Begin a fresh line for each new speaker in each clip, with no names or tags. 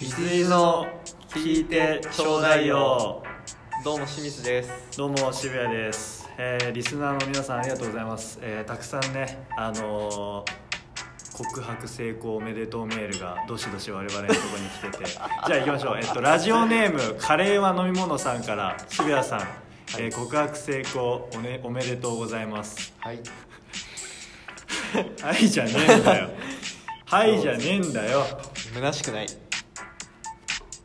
羊の聞いてちょうだいよ
どうも清水です
どうも渋谷です、えーリスナーの皆さんありがとうございます、えーたくさんねあのー告白成功おめでとうメールがどしどし我々のところに来てて じゃあ行きましょう、えっと、ラジオネームカレーは飲み物さんから渋谷さん、えー告白成功お,、ね、おめでとうございます
はい
はいじゃねえんだよ はいじゃねえんだよ
虚しくない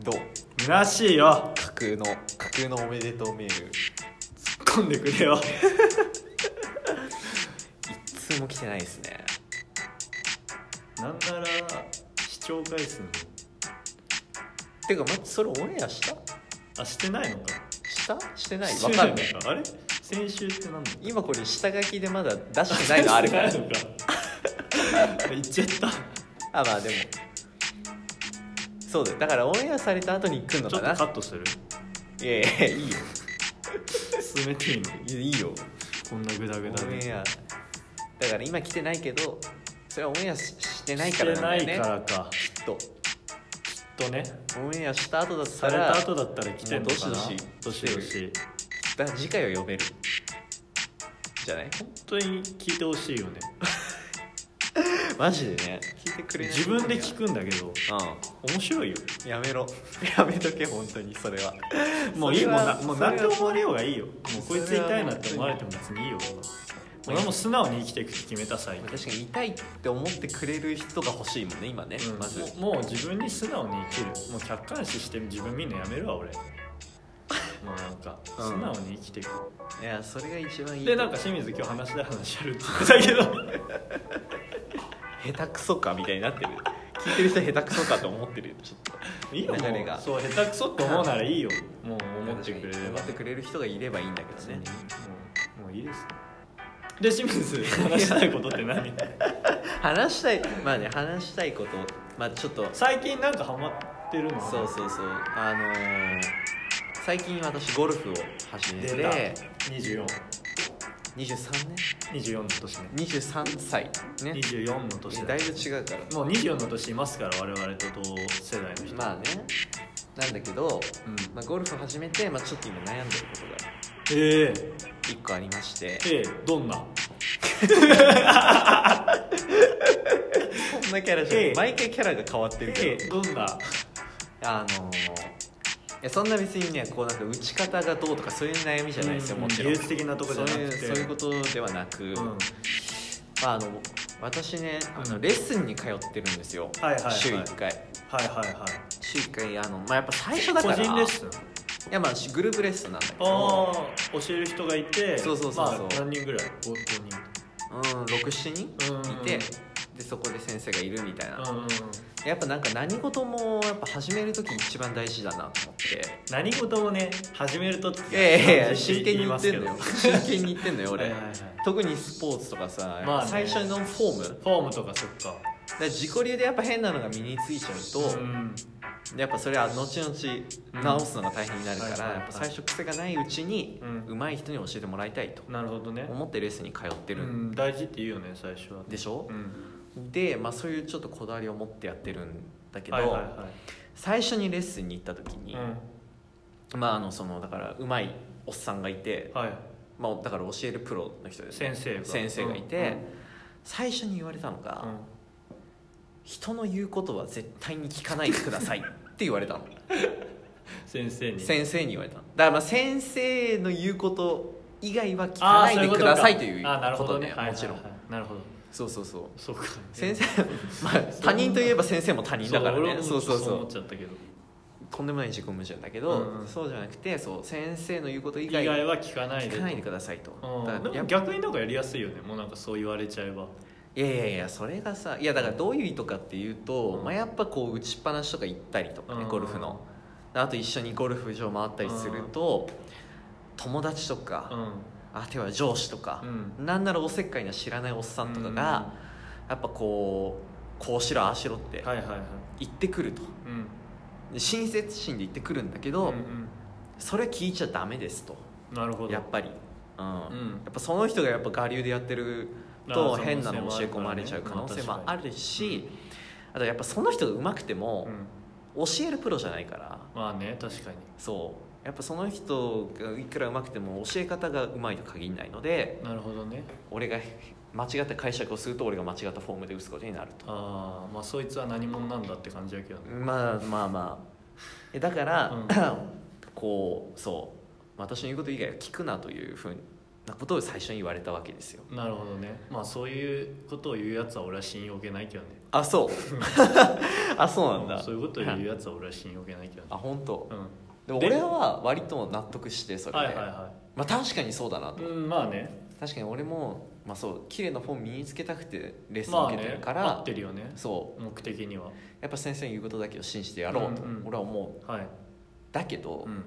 どう
虚しいよ
架空の架空のおめでとうメールい
突っ込んでくれよ
つも来てないですね
なんなら視聴回数も
てかまそれオンエアした
あしてないのか
したし てない
して
わかんない
のかあれ先週って何だ
今これ下書きでまだ出してないのあ る から
してないのか言っちゃった
あまあでもそうだよだからオンエアされた後に来るの
ちょっ
か
とカ
な
ットする
いやいやいいよ
進めていいの
いやいいよ
こんなグダグダ
オンエ
で
アだから今来てないけどそれはオンエアししてないからなんだ
して
よ
な
ね
いからか
きっと
きっとね
オンエアした後だった
され
ら
た後だったら来てんのかな
もうどし
ど
ど
し
し
どし
だから次回は読めるじゃない
本当に聞いてほしいよね
マジでね聞いてくれない
自分で聞くんだけど
う
面白いよ
んやめろ やめとけ本当にそれ は
もういい
そ
も
れ
ん
は
なもう
それは
何で思われようがいいよもうこいつ
それは
痛いなって思われても別にいいよ俺はもう素直に生きていくって決めた最近
確かに痛いって思ってくれる人が欲しいもんね今ね、
うん
まず
もうもう自分に素直に生きるもう客観視して自分見るのやめる わ俺もうなんか
うん
素直に生きていく、
いやそれが一番いい
でなんか清水今日話したい話あるって言ってたけど
下手くそかみたいになってる聞いてる人下手くそかと思ってるよちょっ と
いいよも
流れが
うそう下手くそって思うならいいよもう思ってくれれば
思ってくれる人がいればいいんだけどね
うんもういいですで清水話したいことって 何
話したいまあね話したいことまあちょっと
最近なんかハマってるの
そうそうそうあのー最近私ゴルフを始め
出
て
た2424
23年
の年ね
23歳ね
24の年
だ
だ
いぶ違うから
もう24の年いますから我々と同世代の人、
まあねなんだけど、
うん
まあ、ゴルフ始めて、まあ、ちょっと今悩んでることが
ええ
1個ありまして
ええどんな
そんなキャラじゃ
ええ
ん毎回キャラが変わってる
え
け
え
ど
どんな
あのーいやそんな別にねこうなんか打ち方がどうとかそういう悩みじゃないですよ
うん
もちろん
技術的なとこじゃなくて
そういうそういうことではなく、
うん
まあ、あの私ねあ
う
の
ん
レッスンに通ってるんですよ、
はいはいはい
週1回
はいはいはい
週1回あの、まあ、やっぱ最初だから
個人レッスン
いやまあしグループレッスンなんだけ
ああ
ど、
教える人がいて
そうそうそうそう
まあ、何人ぐらい5人
うん、67人
うん
いてでそこで先生がいるみたいな、
うんうんうん
やっぱなんか何事もやっぱ始める時一番大事だなと思って。
何事もね始めると
いやいやいや
知っ
真
て
剣
い
に言
ま
っ
す
て
け
ん
ど
のよ
フ
真剣に言ってんのよ俺
はいはいはい
特にスポーツとかさ、
まあね
最初のフォームだか
ォームとかそっから
自己流でやっぱ変なのが身についちゃうと、
ん
やっぱそれは後
うん
々直すのが大変になるから、
はいはいはい
やっぱ最初癖がないうちに
うん
上手い人に教えてもらいたいと
なるほどね
思ってレッスンに通って
う
る、
ん大事って言うよね最初は
でしょ
う、ん
で、まあ、そういうちょっとこだわりを持ってやってるんだけど、
はいはいは
最初にレッスンに行った時
い
に、
うん
まああのそのだから上手いおっさんがいて、
はい
まあ、だから教えるプロの人ですね
先生が
先生がいて、
うんうん
最初に言われたのが、
うん
人の言うことは絶対に聞かないでくださいって言われたの
先生に
先生に言われたのだからまあ先生の言うこと以外は聞かないでくださいという
あーなるほ
こと
ど
ね
ねはい
もちろん、
はいはいなるほど
そうそうそう
そうか
先生まあ他人といえば先生も他人だからね
そ
そうう
そ
そうう
そう
そう
思っちゃったけど
とんでもない自己矛盾だけど、
うんうん
そうじゃなくてそう先生の言うこと以
以
外
外
は
は聞かない
聞
で
かないでくださいと
うん
だから
で
や
も
っぱ
逆になんかやりやすいよねもうなんかそう言われちゃえば
いやいやいやそれがさいやだからどういう意図かっていうと、
うん
まあ、やっぱこう打ちっぱなしとか行ったりとかね、
うん
ゴルフのあと一緒にゴルフ場回ったりすると、友達とか、
うん
あては上司とか
う、ん
なんならおせっかいな知らないおっさんとかが、やっぱこうこうしろああしろって
はいはいはい
言ってくると、
うん
で親切心で言ってくるんだけ
うん
ど、
うん
それ聞いちゃダメですと
なるほど
やっぱり、うん
うん
やっぱその人がやっぱ我流でやってる
ああ
と
その
変なの教え込まれちゃう可能性もあるしあとやっぱその人が上手くても
うん
教えるプロじゃないから
まあね確かに
そうやっぱその人がいくらうまくても教え方がうまいと限らないので
なるほどね
俺が間違った解釈をすると俺が間違ったフォームで打つことになると
ああまあそいつは何者なんだって感じやけどね
まあまあまあえだから、
うん
こうそう私の言うこと以外は聞くなというふうなことを最初に言われたわけですよ
なるほどねまあそういうことを言うやつは俺は信用受けないけどね
あそう あそうなんだ
そういうことを言うやつは俺は信用受けないけどね
あ本当。
うん
でも
で
俺は割と納得してそれで、
はいはいは
まあ、確かにそうだなと
いうんまあね
確かに俺もまあそう綺麗なフォーム身につけたくてレッスン
まあ
受けて
ね
るから、
合ってるよね
そう
目的には
やっぱ先生の言うことだけを信じてやろうと
うんうん
俺は思う
はい
だけど、
うん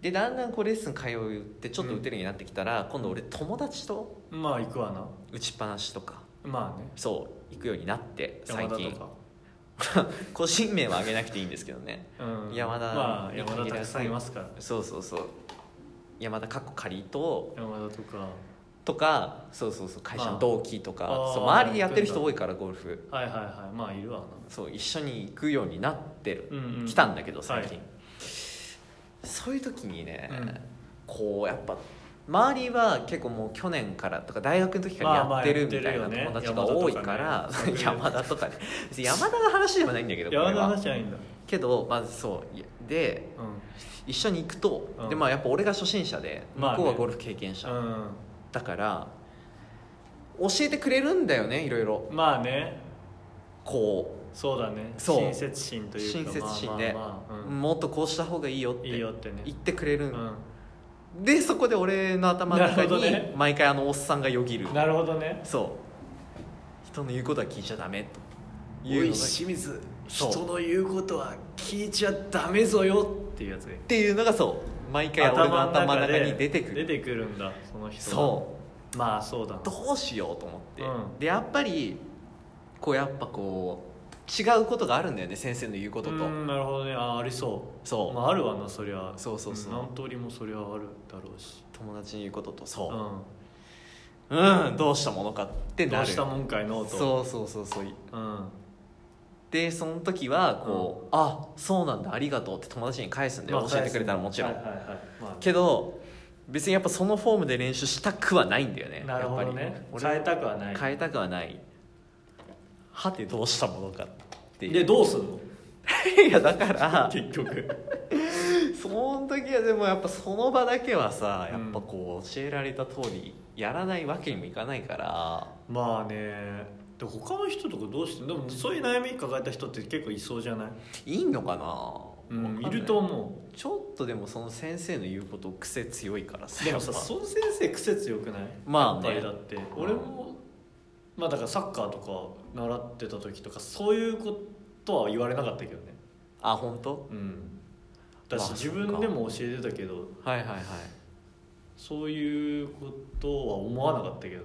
でだんだんこうレッスン通うってちょっと打てるようになってきたら、今度俺友達と
まあ行くわな
打ちっぱなしとか
まあね
そう行くようになって最
山田と
近
か
個人名は挙げなくていいんですけどね
うん
山田
まあ山田たくさんいますから
そうそうそう山田かっこ仮と
山田とか
とかそうそうそう会社の同期とか
ああ
そう周りでやってる人多いからゴルフ
はいはいはいまあいるわな
そう一緒に行くようになってる、
うんうん
来たんだけど最近、
は
そういう時にね、
うん
こうやっぱ周りは結構もう去年からとか大学の時か
ま
ら
あま
や
あ
ってる
やっ
み
てる
たい
よ
な
ね
友達が多いから 山
山
田とかね別に山田の話ではないんだけどこれ
山田
は
じゃないんだ
けどまずそういやで
う
一緒に行くと、
うん
でまあやっぱ俺が初心者で向
まあね
こうはゴルフ経験者、
んうん
だから教えてくれるんだよねいろいろ
まあね
こ
そうだね
そう
親切心と
う
いう
親
か
切心で、
まあまあまあうん
もっとこうした方がいいよって
いいよってね
言ってくれる、
う
でそこで俺の頭の中
なるほ
に
どね
毎回あのおっさんがよぎる
んなるほどね
そう人の言うことは聞いちゃダメとい
お
うの
い
がっ
清水
そう
人の言うことは聞いちゃダメぞよっていうやつで
ていうのがそう毎回俺の頭の中に出てく
出
る
てくるんだその人
そう
うまあそうだな
どうしようと思って、
うん
でやっぱりこうやっぱこう違うことがあるんだよね先生の言うことと、
うんなるほどねあありそう
そう、
まああるわなそりゃ
そうそうそうん
何通りもそりゃあるだろうし
友達に言うことと
う
そ
ん
ううん、どうしたものかってな
ど
る
うしたもんかいのうと
そうそうそうそう
うん
でその時はこう、あそうなんだありがとうって友達に返すんで、
まあ
教えてくれたらもちろん、
はいはいはいまあね
けど別にやっぱそのフォームで練習したくはないんだよね
なるほど
やっぱ
ね
り俺
変えたくはない
変えたくはないはてどうしたものかっていう
でどうすんの
いやだか ら
結局
その時はでもやっぱその場だけはさ
う
や
ん
っぱこう教えられた通りやらないわけにもいかないから、
まあねで他の人とかどうしてでもそういう悩み抱えた人って結構いそうじゃない、
いいのかな、
うん
わかんない
ると思
ちょっとでもその先生の言うこと癖強いから
う
さ
でも
や
さ
っぱ
その先生癖強くない
まあね
やっぱりだって俺もまあだからサッカーとか習ってた時とかそういうことは言われなかったけどね
あ本当
うんだ
まあ
し自分でも教えてたけど
はいはいはい
そういうことは思わなかったけどね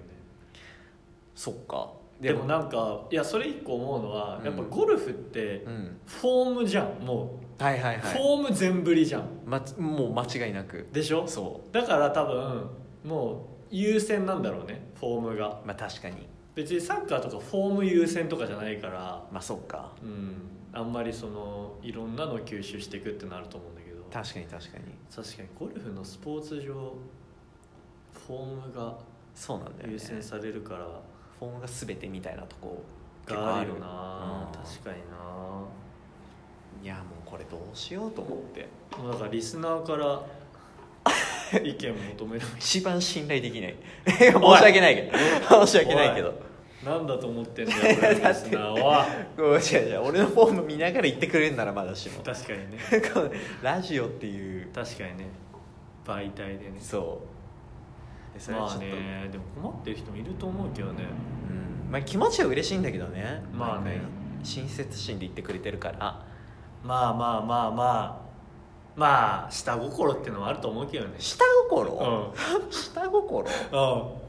そっか
でもなんかいやそれ一個思うのは、
うん
やっぱゴルフって
うん
フォームじゃんも、
はいはいうは
フ
い、
ォーム全振りじゃん
ま、もう間違いなく
でしょ
そ
だから多分もう優先なんだろうねフォームが
うまあ確かに
別にサッカーとかフォーム優先とかじゃないから
まあそっか
うんあんまりそのいろんなのを吸収していくってなると思うんだけど
確かに確かに
確かにゴルフのスポーツ上フォームが
そうなんだよね
優先されるから
フォームが全てみたいなとこ結構
が
あ
あ
る
るな、
うん
確かにない
やもうこれどうしようと思って
もうだからリスナーから意見求めない
一番信頼できない 申し訳ないけど 申し訳ないけど
なんだと思ってんだよ俺 のリスナーは
うん違う違う俺のフォーム見ながら言ってくれるならまだ しもこ
確かにね
のラジオっていう
確かにね媒体でね
そうでそれは
ま
ちょ
あ
っと、
ねでも困ってる人もいると思うけどね
うんまあ、気持ちは嬉しいんだけどね
まあね
親切心で言ってくれてるから
まあまあまあまあまあ下心ってのはあると思うけどね
下
う
心、
ん
下心
う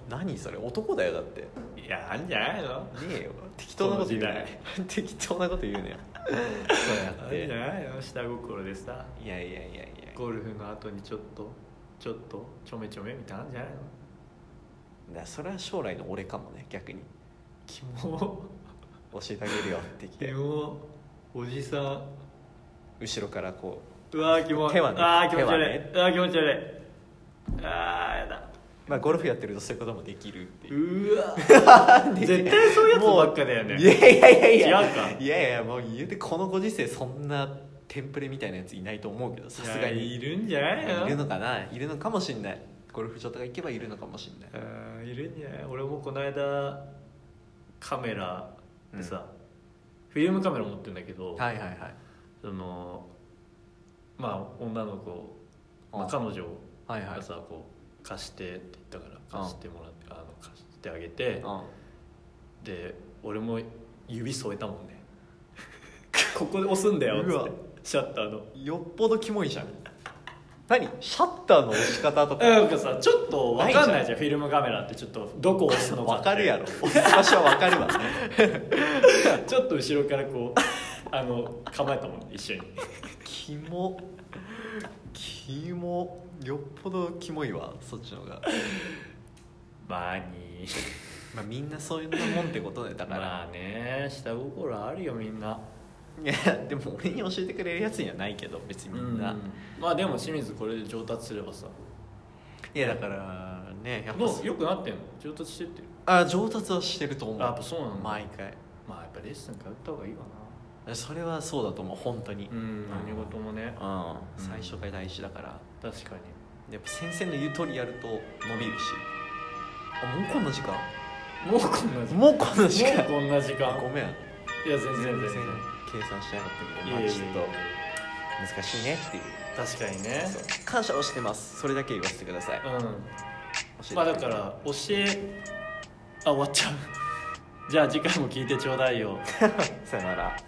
何それ男だよだってね
んいやあんじゃないの
えよ適当なこと言うね適当なこと言うねそうや
あ
っ
んじゃ
て
ないの下心でさ
いやいやいやいや
ゴルフの後にちょっとちょっとちょめちょめみたいなんじゃないの
だからそれは将来の俺かもね逆に
キモ
教えてあげるよって言っ
で
て
もおじさん
後ろからこ
うわー気持ち
手はね
あー気持ち
手は
悪い、
ね
あー気持ち悪いあーやだ
うまあゴルフやってるとそういうこともできるって
う
いう
ーわ
で
絶対そういうやつばっかだよね
いやいやいやいや
違うか
いやいやもう言うてこのご時世そんなテンプレみたいなやついないと思うけどさすが
い
に
やいるんじゃないの
いるのかないるのかもしんないゴルフ場とか行けばいるのかもしんない
うんいるんじゃない俺もこの間カメラでさ、フィルムカメラ持ってるんだけど、
はいはいはい
そのまあ女の子、まあ、
うん
彼女
はいはい
がさ、こう貸してって言ったから貸してもらって、あの貸してあげて、
うん
で俺も指添えたもんね ここで押すんだよっ
う
つっ
わ
てシャッターの
よっぽどキモいじゃん何シャッターの押し方とか
なんかさちょっと分かんないじゃんフィルムカメラってちょっとどこ押すのかって
わかるやろ押す場所はわかるわね
ちょっと後ろからこうあの構えたもん一緒に
キモキモよっぽどキモいわそっちの方が、
まあに
まあ、みんなそういうもんってことねだから、
まあね下心あるよみんない
やでも俺に教えてくれるやつにはないけど別にみんな、
まあでも清水これで上達すればさ
いやだからねやっぱ
もうよくなってんの上達してってる
あ上達はしてると思う
あやっぱそうなの
毎回
まあやっぱレッスン通った方がいいわな
それはそうだと思う本当に
うん何事もね
うん最初が大事だから、
確かに
やっぱ先生の言う通りやると伸びるしあもうこんな時間
もうこんな時間
もうこんな時間
もうこんな時間
ごめ
い
ん
や全然全
全
然
然計算してなかったけ
いやい
ど、ま
や
あ、
い
ちょっ
や
と難しいねっていう
確かにね
そう感謝をしてますそれだけ言わせてください、教
う
え
ん
てく
まあ
れ
だ
て
から教えあ終わっちゃうじゃあ次回も聞いてちょうだいよ
さよなら